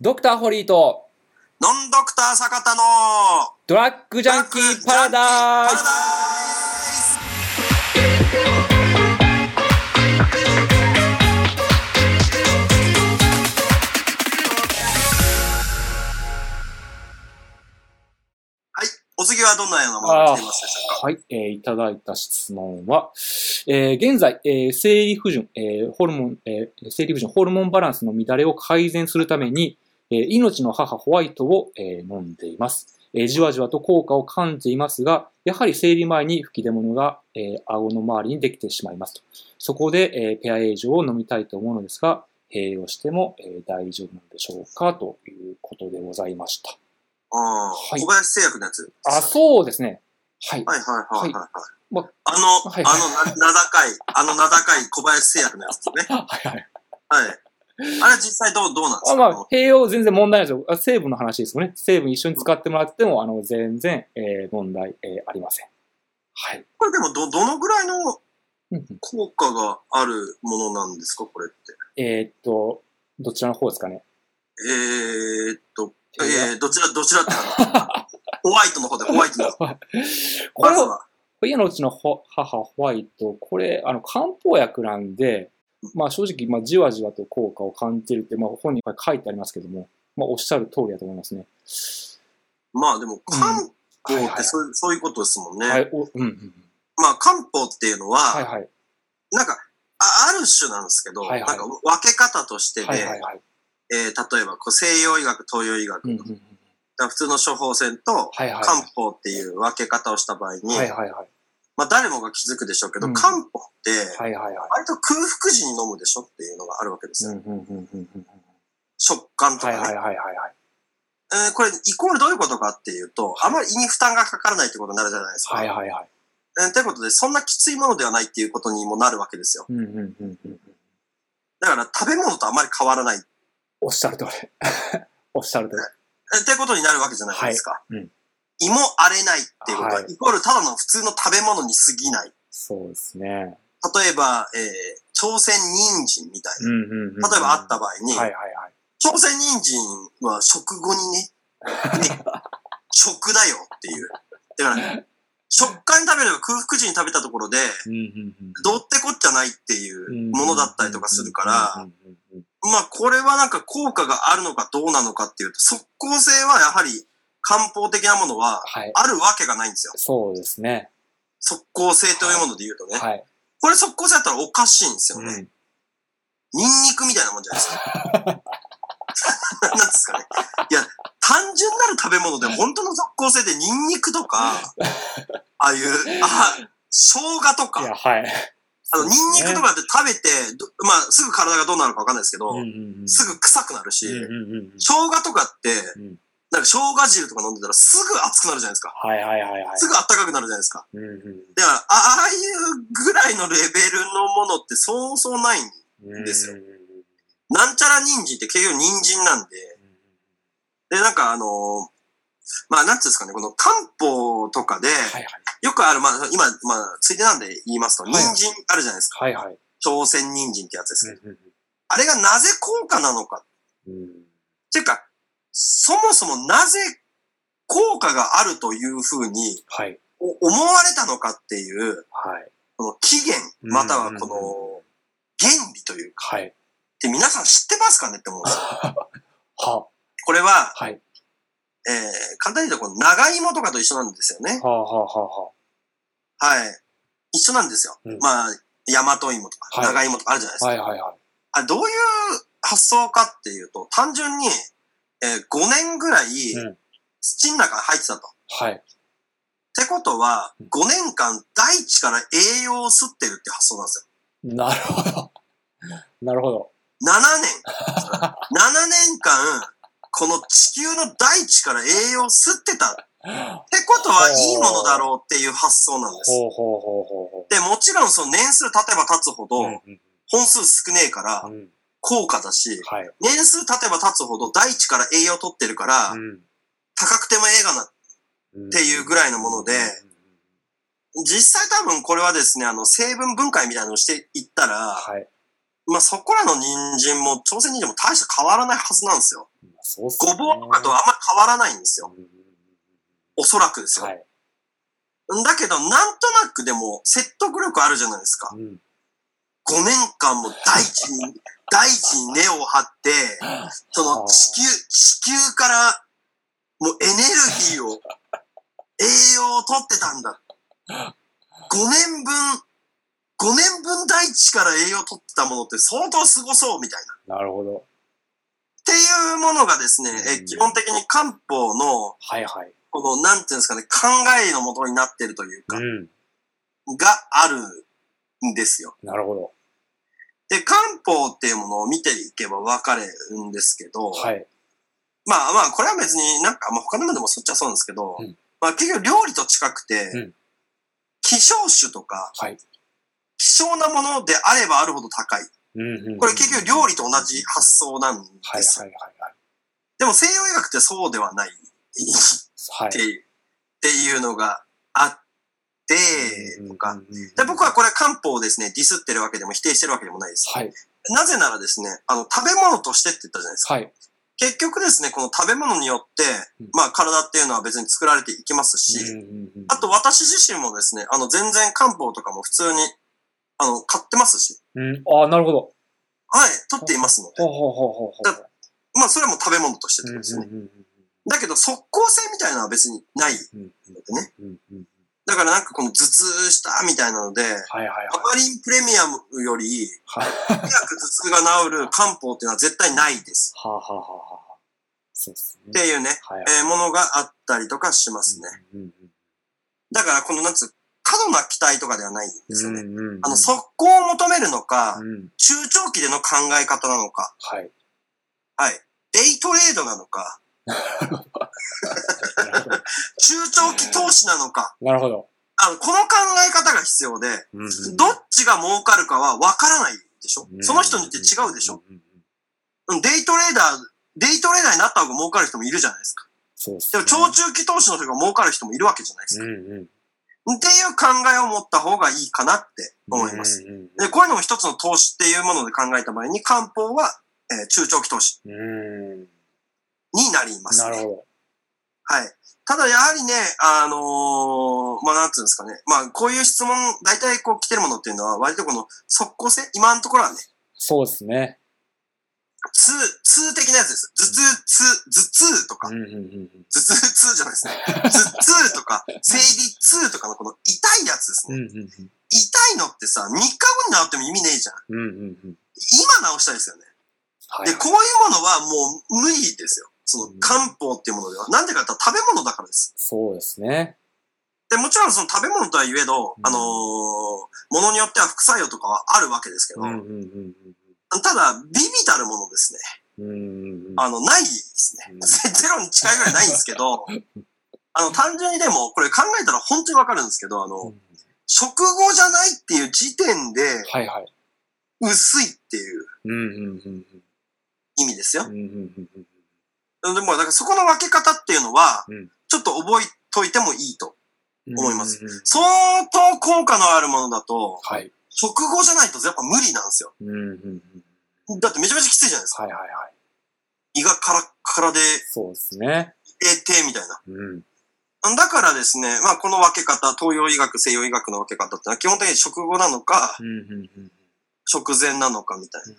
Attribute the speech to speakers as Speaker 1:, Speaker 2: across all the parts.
Speaker 1: ドクターホリーと
Speaker 2: ノンドクター坂田の
Speaker 1: ドラッグジャンキーパラダイス
Speaker 2: はい、お次はどんなようなものが来ていますでしょうか
Speaker 1: はい、えーいただいた質問は、えー現在、えー生理不順、えーホルモン、えー生理不順、ホルモンバランスの乱れを改善するために、えー命の母ホワイトを、えー飲んでいます、えーじわじわと効果を感じていますが、やはり生理前に吹き出物が、えー顎の周りにできてしまいますと。そこで、えーペアエイジを飲みたいと思うのですが、併用しても、えー大丈夫なんでしょうかということでございました。
Speaker 2: うん
Speaker 1: はい
Speaker 2: 小林製薬のやつ。
Speaker 1: あ、そうですね。はい。
Speaker 2: はいはいはいはいはい。
Speaker 1: ま
Speaker 2: あの、
Speaker 1: はい
Speaker 2: あのな、名高い、あの名高い小林製薬のやつですね。
Speaker 1: はいはい。
Speaker 2: はい。あれ実際どう、どうなんです
Speaker 1: あ
Speaker 2: か
Speaker 1: ま
Speaker 2: こ
Speaker 1: あ、併用全然問題ないですよ。あ成分の話ですよね。成分一緒に使ってもらっても、あの、全然、えー問題、えーありません。はい。
Speaker 2: れでもど、どのぐらいの
Speaker 1: うんうん
Speaker 2: 効果があるものなんですかこれって。
Speaker 1: えーっと、どちらの方ですかね。
Speaker 2: えー、っと、
Speaker 1: いや
Speaker 2: えー、どちら、どちらってなのホワイトの方で、ホワイトの方。
Speaker 1: これ
Speaker 2: まず
Speaker 1: を、
Speaker 2: は
Speaker 1: 家のうちのほ母ホワイト、これ、あの、漢方薬なんで、まあ正直、まあじわじわと効果を感じてるって、まあ本に書いてありますけども、まあおっしゃる通りだと思いますね。
Speaker 2: まあでも、漢
Speaker 1: はい
Speaker 2: 方っ
Speaker 1: は
Speaker 2: て
Speaker 1: い。
Speaker 2: そう,、そういうことですもんね。
Speaker 1: はい、おうんうんうん。
Speaker 2: まあ、漢方っていうのは、
Speaker 1: はいはい。
Speaker 2: なんか、あある種なんですけど、
Speaker 1: はいはい
Speaker 2: なんか分け方としてで、
Speaker 1: はいはいはい。
Speaker 2: えー例えばこう西洋医学、東洋医学、
Speaker 1: うんうん
Speaker 2: だ
Speaker 1: う
Speaker 2: か
Speaker 1: ん
Speaker 2: ら普通の処方箋と
Speaker 1: はいはい。
Speaker 2: 漢方っていう分け方をした場合に、
Speaker 1: はいはいはい。
Speaker 2: まあ誰もが気づくでしょうけど、
Speaker 1: うん
Speaker 2: 漢方って
Speaker 1: はいはいはい。
Speaker 2: 割と空腹時に飲むでしょっていうのがあるわけです
Speaker 1: う
Speaker 2: よ。
Speaker 1: んうんうんうんうんうん。
Speaker 2: 食感とか
Speaker 1: はい
Speaker 2: ね、
Speaker 1: はいはいはいはい。
Speaker 2: えーこれイコールどういうことかっていうと、あまり胃に負担がかからないってことになるじゃないですか。
Speaker 1: はいはいはい。
Speaker 2: えーということで、そんなきついものではないっていうことにもなるわけですよ。
Speaker 1: うんうんうんうん。
Speaker 2: だから食べ物とあまり変わらない。
Speaker 1: おっしゃる通り。おっしゃる通
Speaker 2: えーっていうことになるわけじゃないですか。
Speaker 1: いうん
Speaker 2: 胃も荒れないっていうことは、
Speaker 1: はい
Speaker 2: イコールただの普通の食べ物に過ぎない。
Speaker 1: そうですね。
Speaker 2: 例えば、えー、朝鮮人参みたいな。
Speaker 1: んうんうん
Speaker 2: 例えばあった場合に、
Speaker 1: はいはいはい。
Speaker 2: 朝鮮人参は食後にね、ね 食だよっていう。だから、食感に食べれば空腹時に食べたところで、
Speaker 1: うんうんうん
Speaker 2: どうってこっちゃないっていうものだったりとかするから、、まあこれはなんか効果があるのかどうなのかっていうと、即効性はやはり漢方的なものは
Speaker 1: はい。
Speaker 2: あるわけがないんですよ。
Speaker 1: そうですね。
Speaker 2: 即効性というもので言うとね。
Speaker 1: はい。
Speaker 2: これ即効性だったらおかしいんですよ
Speaker 1: う
Speaker 2: ね。
Speaker 1: ん
Speaker 2: ニンニクみたいなもんじゃないですか。 なんですかね。いや、単純なる食べ物で本当の即効性でニンニクと か、ああいう、あ生姜と
Speaker 1: いや、
Speaker 2: か、
Speaker 1: はい。
Speaker 2: あの、ニンニクとかって食べて、どまあ、すぐ体がどうなるかわかんないですけど、
Speaker 1: うんうんうん、
Speaker 2: すぐ臭くなるし、
Speaker 1: うんうんうんうん。
Speaker 2: 生姜とかって、
Speaker 1: うん
Speaker 2: なんか生姜汁とか飲んでたらすぐ熱くなるじゃないですか。
Speaker 1: はいはいはいはい。
Speaker 2: すぐ暖かくなるじゃないですか。
Speaker 1: うんうん
Speaker 2: だから、ああいうぐらいのレベルのものってそうそうない。
Speaker 1: うん
Speaker 2: ですよ。なんちゃら人参って結局人参なんで、で、なんかあのーまあ、なんていうんですかね、この漢方とかで、
Speaker 1: はいはい。
Speaker 2: よくある、まあ、今、まあ、ついでなんで言いますと、
Speaker 1: はい
Speaker 2: 人参あるじゃないですか。
Speaker 1: はいはい。
Speaker 2: 朝鮮人参ってやつです、ね
Speaker 1: うんうん
Speaker 2: あれがなぜ効果なのか。
Speaker 1: うん
Speaker 2: っていうか、そもそもなぜ効果があるというふうに
Speaker 1: はい。
Speaker 2: お思われたのかっていう、
Speaker 1: はい。
Speaker 2: この起源、またはこ
Speaker 1: うん
Speaker 2: の原理というか、
Speaker 1: はい。
Speaker 2: って皆さん知ってますかねって思うんですよ。
Speaker 1: は、
Speaker 2: これは、
Speaker 1: はい。
Speaker 2: えー、簡単に言うとこの長芋とかと一緒なんですよね。
Speaker 1: はあ、はあはあはあ。
Speaker 2: はい。一緒なんですよ。
Speaker 1: うん
Speaker 2: まあ、大和芋とか、
Speaker 1: はい
Speaker 2: 長芋とかあるじゃないですか。
Speaker 1: はいはいはい。
Speaker 2: あどういう発想かっていうと、単純に、えー、5年ぐらい
Speaker 1: うん
Speaker 2: 土の中に入ってたと。
Speaker 1: はい。
Speaker 2: ってことは
Speaker 1: うん、
Speaker 2: 5年間大地から栄養を吸ってるって発想なんですよ。
Speaker 1: なるほど。なるほど。
Speaker 2: 7年。7年間、この地球の大地から栄養を吸ってた。ってことはいいものだろうっていう発想なんです。
Speaker 1: ほうほうほうほうほ
Speaker 2: で、もちろんその年数経てば経つほ
Speaker 1: う。
Speaker 2: ど、
Speaker 1: うん
Speaker 2: 本数少ねえから
Speaker 1: うんうん
Speaker 2: 高価だし、
Speaker 1: はい。
Speaker 2: 年数経てば経つほど大地から栄養を取ってるから、高くても映画な。
Speaker 1: って
Speaker 2: いうぐらいのもので実際多分これはですね、あの、成分分解みたいなのをしていったら、
Speaker 1: はい。
Speaker 2: まあそこらの人参も朝鮮人参も大して変わらないはずなんですよ。
Speaker 1: まあそうっす
Speaker 2: ごぼうとかとあんまり変わらないんですよ。
Speaker 1: うんうんうん
Speaker 2: おそらくですよ。
Speaker 1: はい。
Speaker 2: だけど、なんとなくでも説得力あるじゃないですか。
Speaker 1: うん。
Speaker 2: 5年間も大地に、大地に根を張って、そ
Speaker 1: あ
Speaker 2: の
Speaker 1: ー
Speaker 2: 地球、地球からもうエネルギーを、栄養を取ってたんだ。5年分、5年分大地から栄養を取ってたものって相当すごそうみたいな。
Speaker 1: なるほど。
Speaker 2: っていうものがですね、
Speaker 1: うん
Speaker 2: え基本的に漢方の、
Speaker 1: はいはい。
Speaker 2: この、なんていうんですかね、考えのもとになってるというか、
Speaker 1: ん。
Speaker 2: があるんですよ。
Speaker 1: なるほ
Speaker 2: で、漢方っていうものを見ていけば分かれるんですけ
Speaker 1: ど。
Speaker 2: ど、
Speaker 1: はい。
Speaker 2: まあまあ、これは別になんか、まあ他のものでもそっちはそうなんですけど、
Speaker 1: うん
Speaker 2: まあ結局料理と近くて、
Speaker 1: うん
Speaker 2: 希少種とか、
Speaker 1: はい。
Speaker 2: 希少なものであればあるほど高い。
Speaker 1: うんうん。
Speaker 2: これ結局料理と同じ発想なんで
Speaker 1: はい
Speaker 2: す。
Speaker 1: はいはいはい。
Speaker 2: でも西洋医学ってそうではないっ
Speaker 1: はい
Speaker 2: て。いう、っていうのがあって、とか。で僕は
Speaker 1: は
Speaker 2: これは漢方をですね、ディスってるわけでも否定してるわけでもないです。
Speaker 1: はい。
Speaker 2: なぜならですね、あの、食べ物としてって言ったじゃないですか。
Speaker 1: はい。
Speaker 2: 結局ですね、この食べ物によって
Speaker 1: うん、
Speaker 2: まあ体っていうのは別に作られていきますし、
Speaker 1: うんうんうん
Speaker 2: あと、私自身もですね、あの、全然漢方とかも普通に、あの、買ってますし、
Speaker 1: うん。ああ、なるほど。
Speaker 2: はい、取っていますので、
Speaker 1: ほうほうほうほうほう。
Speaker 2: まあそれも食べ物としてってことです
Speaker 1: うん
Speaker 2: ね。
Speaker 1: うんうん
Speaker 2: だけど、即効性みたいなのは別にない。
Speaker 1: うん
Speaker 2: ね
Speaker 1: うんうん
Speaker 2: だからなんかこの頭痛したみたいなので、
Speaker 1: はいはいはい。
Speaker 2: パパリンプレミアムより、
Speaker 1: はい
Speaker 2: 早く頭痛が治る漢方っていうのは絶対ないです。
Speaker 1: はあはあはあはあ。そうです
Speaker 2: っ
Speaker 1: ね。
Speaker 2: ていうね、
Speaker 1: はいはい
Speaker 2: えーものがあったりとかしますね。
Speaker 1: うんうん
Speaker 2: だからこのなんつう、過度な期待とかではないんですよね。
Speaker 1: うんうんうん
Speaker 2: あの、速攻を求めるのか、
Speaker 1: うん。
Speaker 2: 中長期での考え方なのか、
Speaker 1: はい。
Speaker 2: デイトレードなのか、
Speaker 1: なるほど
Speaker 2: 中長期投資なのか、
Speaker 1: なるほど。
Speaker 2: あの、この考え方が必要で、
Speaker 1: うんうん
Speaker 2: どっちが儲かるかは分からないでしょ
Speaker 1: うん
Speaker 2: その人によって違うでしょ
Speaker 1: んんうん
Speaker 2: うんデイトレーダー、デイトレーダーになった方が儲かる人もいるじゃないですか。
Speaker 1: そうっす
Speaker 2: で
Speaker 1: ね。
Speaker 2: も、長中期投資の人が儲かる人もいるわけじゃないです
Speaker 1: う
Speaker 2: か。
Speaker 1: んうん。
Speaker 2: っていう考えを持った方がいいかなって思います。
Speaker 1: うんうん
Speaker 2: で、こういうのも一つの投資っていうもので考えた場合に、漢方は、えー中長期投資
Speaker 1: うん。うん。
Speaker 2: になります、
Speaker 1: な
Speaker 2: ね。
Speaker 1: るほ
Speaker 2: はい。ただやはりね、あのーまあ、なんつうんですかね。まあ、こういう質問、大体こう来てるものっていうのは、割とこの即効性、今のところはね、
Speaker 1: そうですね。
Speaker 2: 痛、痛的なやつです。頭痛、痛、頭痛とか、
Speaker 1: うんうんうんうん
Speaker 2: 頭痛、痛じゃな いですね。頭痛とか、生理痛とかのこの痛いやつです
Speaker 1: う
Speaker 2: ね。
Speaker 1: んうん
Speaker 2: 痛いのってさ、3日後に治っても意味ねえじゃん。
Speaker 1: うん。うんうんうん。
Speaker 2: 今治したいですよね。
Speaker 1: はい
Speaker 2: で、。こういうものはもう無理ですよ。その漢方っていうものでは。なんでかって言ったら食べ物だからです。
Speaker 1: そうですね。
Speaker 2: で、もちろんその食べ物とはいえど、
Speaker 1: うん
Speaker 2: あのーものによっては副作用とかはあるわけですけど、
Speaker 1: うんうんうん
Speaker 2: ただ、ビビたるものですね。
Speaker 1: うん。うんうんうん。
Speaker 2: あの、ないですね。
Speaker 1: うん
Speaker 2: ゼロに近いぐらいないんです けど、あの、単純にでも、これ考えたら本当にわかるんですけど、あの、
Speaker 1: うん
Speaker 2: 食後じゃないっていう時点で、
Speaker 1: はいはい。
Speaker 2: 薄いっていう
Speaker 1: うんうんうん
Speaker 2: 意味ですよ
Speaker 1: うん。う。んうんうん。
Speaker 2: でも、だからそこの分け方っていうのは
Speaker 1: うん、。
Speaker 2: ちょっと覚えといてもいいと。思います相当効果のあるものだと、
Speaker 1: はい。
Speaker 2: 食後じゃないとやっぱ無理なんですよ。
Speaker 1: うんうんうん。
Speaker 2: だってめちゃめちゃきついじゃないですか
Speaker 1: はいはいはい。
Speaker 2: 胃がカラッカラで、
Speaker 1: そうですね。
Speaker 2: えて、みたいな。
Speaker 1: うん。
Speaker 2: だからですね、まあこの分け方、東洋医学、西洋医学の分け方ってのは基本的に食後なのか
Speaker 1: う、んうんうん。
Speaker 2: 食前なのかみたいな。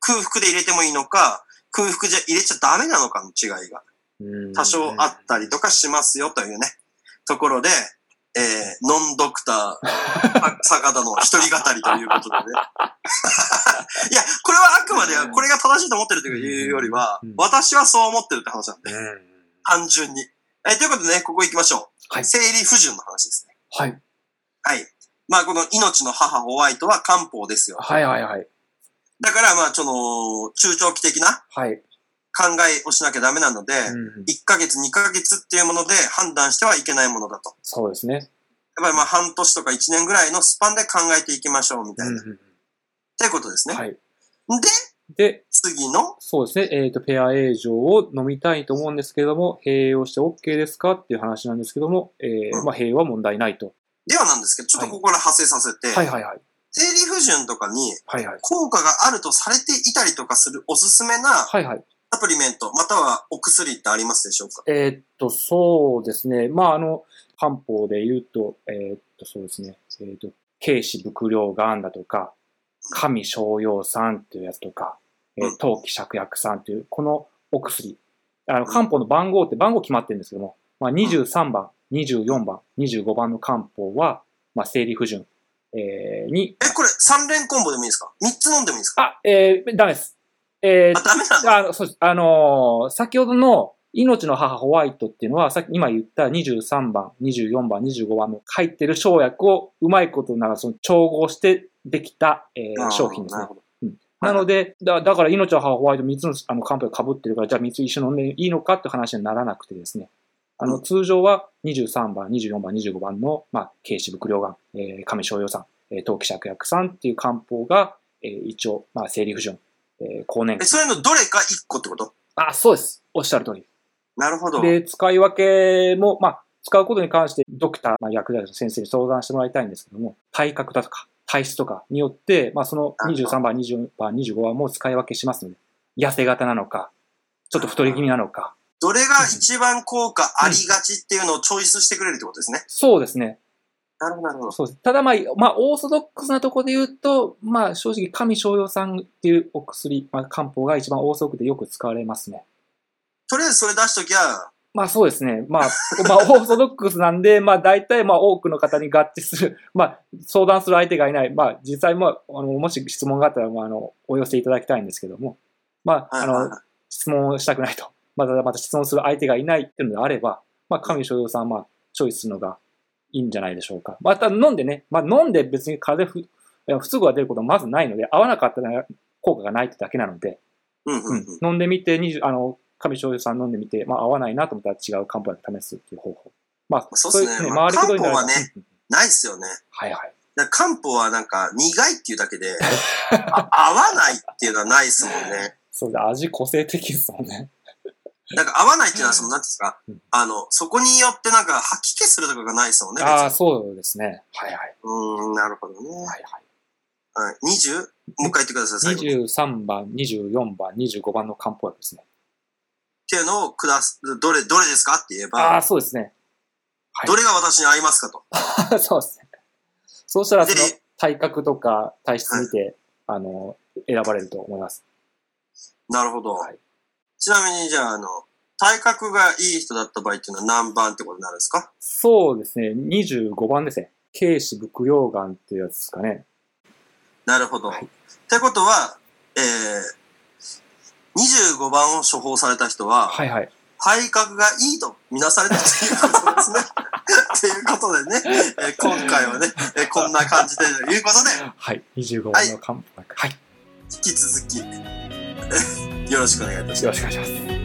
Speaker 2: 空腹で入れてもいいのか、空腹じゃ入れちゃダメなのかの違いが多少あったりとかしますよというね、ところで、えー、ノンドクター、 坂田の一人語りということでね。 いや、これはあくまで、これが正しいと思ってるというよりは
Speaker 1: うん、
Speaker 2: 私はそう思ってるって話なんで
Speaker 1: うん。
Speaker 2: 単純に。えーということでね、ここ行きましょう。
Speaker 1: はい
Speaker 2: 生理不順の話ですね。
Speaker 1: はい。
Speaker 2: はい。まあ、この命の母ホワイトは漢方ですよ。
Speaker 1: はいはいはい。
Speaker 2: だから、まあ、その、中長期的な
Speaker 1: はい。
Speaker 2: 考えをしなきゃダメなので、
Speaker 1: うん
Speaker 2: 1ヶ月、2ヶ月っていうもので判断してはいけないものだと。
Speaker 1: そうですね。
Speaker 2: やっぱりまあ、半年とか1年ぐらいのスパンで考えていきましょう、みたいな。っ
Speaker 1: うん
Speaker 2: ていうことですね。
Speaker 1: はい。
Speaker 2: で、
Speaker 1: で、
Speaker 2: 次の、
Speaker 1: そうですね。えっ、と、ペア A 錠を飲みたいと思うんですけれども、併用して OK ですかっていう話なんですけども、えー
Speaker 2: うん
Speaker 1: まあ、併用は問題ないと。
Speaker 2: ではなんですけど、ちょっとここから派生させて、
Speaker 1: はいはいはい。
Speaker 2: 生理不順とかに
Speaker 1: はいはい。
Speaker 2: 効果があるとされていたりとかするおすすめな
Speaker 1: はいはい。
Speaker 2: サプリメント、またはお薬ってありますでしょうか
Speaker 1: えーっと、そうですね。まあ、あの、漢方で言うと、えーっと、そうですね。えーっと、軽視伏量がんだとか、神逍陽酸っていうやつとか、えー
Speaker 2: うん
Speaker 1: 陶器芍薬酸っていう、このお薬。あの、漢方の番号って番号決まってるんですけども、まあ、23番、24番、25番の漢方は、まあ、生理不順、えーに、
Speaker 2: え、これ3連コンボでもいいですか ?3 つ飲んでもいいですか
Speaker 1: あ、えー、ダメです。えー
Speaker 2: あ、ダメなん だ。
Speaker 1: あの、そうです。あのー先ほどの、命の母ホワイトっていうのは、さっき今言った23番、24番、25番の入ってる生薬をうまいことならその調合してできた、えー
Speaker 2: あー
Speaker 1: 商品です
Speaker 2: なる
Speaker 1: ね
Speaker 2: ほ。ど。
Speaker 1: なので、だだから命の母ホワイト3つのあの漢方が被ってるから、じゃあ3つ一緒に飲んでいいのかって話にならなくてですね。あ
Speaker 2: う
Speaker 1: の、
Speaker 2: ん
Speaker 1: 通常は23番、24番、25番の、まあ、軽視伏量がん、えー、亀小用酸、えー、陶器芍薬酸っていう漢方が、えー、一応、まあ、生理不順、えー、更年
Speaker 2: え、
Speaker 1: 期。
Speaker 2: それのどれか1個ってこと
Speaker 1: あ、そうです。おっしゃる通り。
Speaker 2: なるほど。
Speaker 1: で、使い分けも、まあ、使うことに関して、ドクター、まあ、薬剤師の先生に相談してもらいたいんですけども、体格だとか、体質とかによって、まあ、その23番、20番、25番も使い分けしますので、痩せ型なのか、ちょっと太り気味なのか、
Speaker 2: どれが一番効果ありがちっていうのをチョイスしてくれるってことですね。
Speaker 1: そうですね。
Speaker 2: なるほど、なるほど。
Speaker 1: そうです。ただまあ、まあ、オーソドックスなところで言うと、まあ、正直、神商用さんっていうお薬、まあ、漢方が一番オーソドックスでよく使われますね。
Speaker 2: とりあえずそれ出しときゃ、
Speaker 1: まあそうですね。まあ、 まあ、オーソドックスなんで、まあ大体、まあ多くの方に合致する、 まあ相談する相手がいない。まあ実際、まあ、あの、もし質問があったら、まあ、あの、お寄せいただきたいんですけども、まあ、
Speaker 2: はい
Speaker 1: あ
Speaker 2: はいはい
Speaker 1: の、質問をしたくないと。また、また質問する相手がいないっていうのであれば、まあ、神所用さん、まあ、チョイスするのがいいんじゃないでしょうか。また、飲んでね、まあ、飲んで別に風邪ふ、不都合が出ることはまずないので、合わなかったら効果がないってだけなので、
Speaker 2: うんうんうん。
Speaker 1: 飲んでみて、20あの、上醤油さん飲んでみて、まあ合わないなと思ったら違う漢方薬試すっていう方法。まあ、
Speaker 2: そうっすね
Speaker 1: い
Speaker 2: まあ
Speaker 1: 回りくどいなら
Speaker 2: 漢方はね
Speaker 1: うんうん
Speaker 2: ないっすよね。
Speaker 1: はいはい。
Speaker 2: だから漢方はなんか苦いっていうだけで、あ合わないっていうのはないっすもんね。
Speaker 1: そうだ、味個性的ですもんね。
Speaker 2: なんか合わないっていうのはその、なんていうんですか
Speaker 1: うん、
Speaker 2: あの、そこによってなんか吐き気するとかがないっすもんね。別に
Speaker 1: ああ、そうですね。はいはい。
Speaker 2: うーん、なるほどね。
Speaker 1: はいはい。
Speaker 2: はい。20? もう一回言ってください、最後に。っ
Speaker 1: 23番、24番、25番の漢方薬ですね。
Speaker 2: ていうのを下す、どれ、どれですかって言え
Speaker 1: あ
Speaker 2: ば、
Speaker 1: あ、そうですね。 はい
Speaker 2: どれが私に合いますかと。
Speaker 1: そうですね。そうしたら、そ
Speaker 2: で
Speaker 1: の体格とか体質見て、あの、選ばれると思います。
Speaker 2: なるほど。
Speaker 1: はい
Speaker 2: ちなみに、じゃあ、あの、体格がいい人だった場合っていうのは何番ってことになるんですか
Speaker 1: そうですね。25番ですね。軽視伏溶岩っていうやつですかね。
Speaker 2: なるほど。
Speaker 1: はい
Speaker 2: ってことは、えー、25番を処方された人は、
Speaker 1: はいはい。
Speaker 2: 体格がいいとみなされたというこ とですね。ということでね、えー今回はね、えーこんな感じでということで、
Speaker 1: はい。25番の漢方薬。はい。
Speaker 2: 引き続き、えーよろしくお願いいたします。
Speaker 1: よろしくお願いします。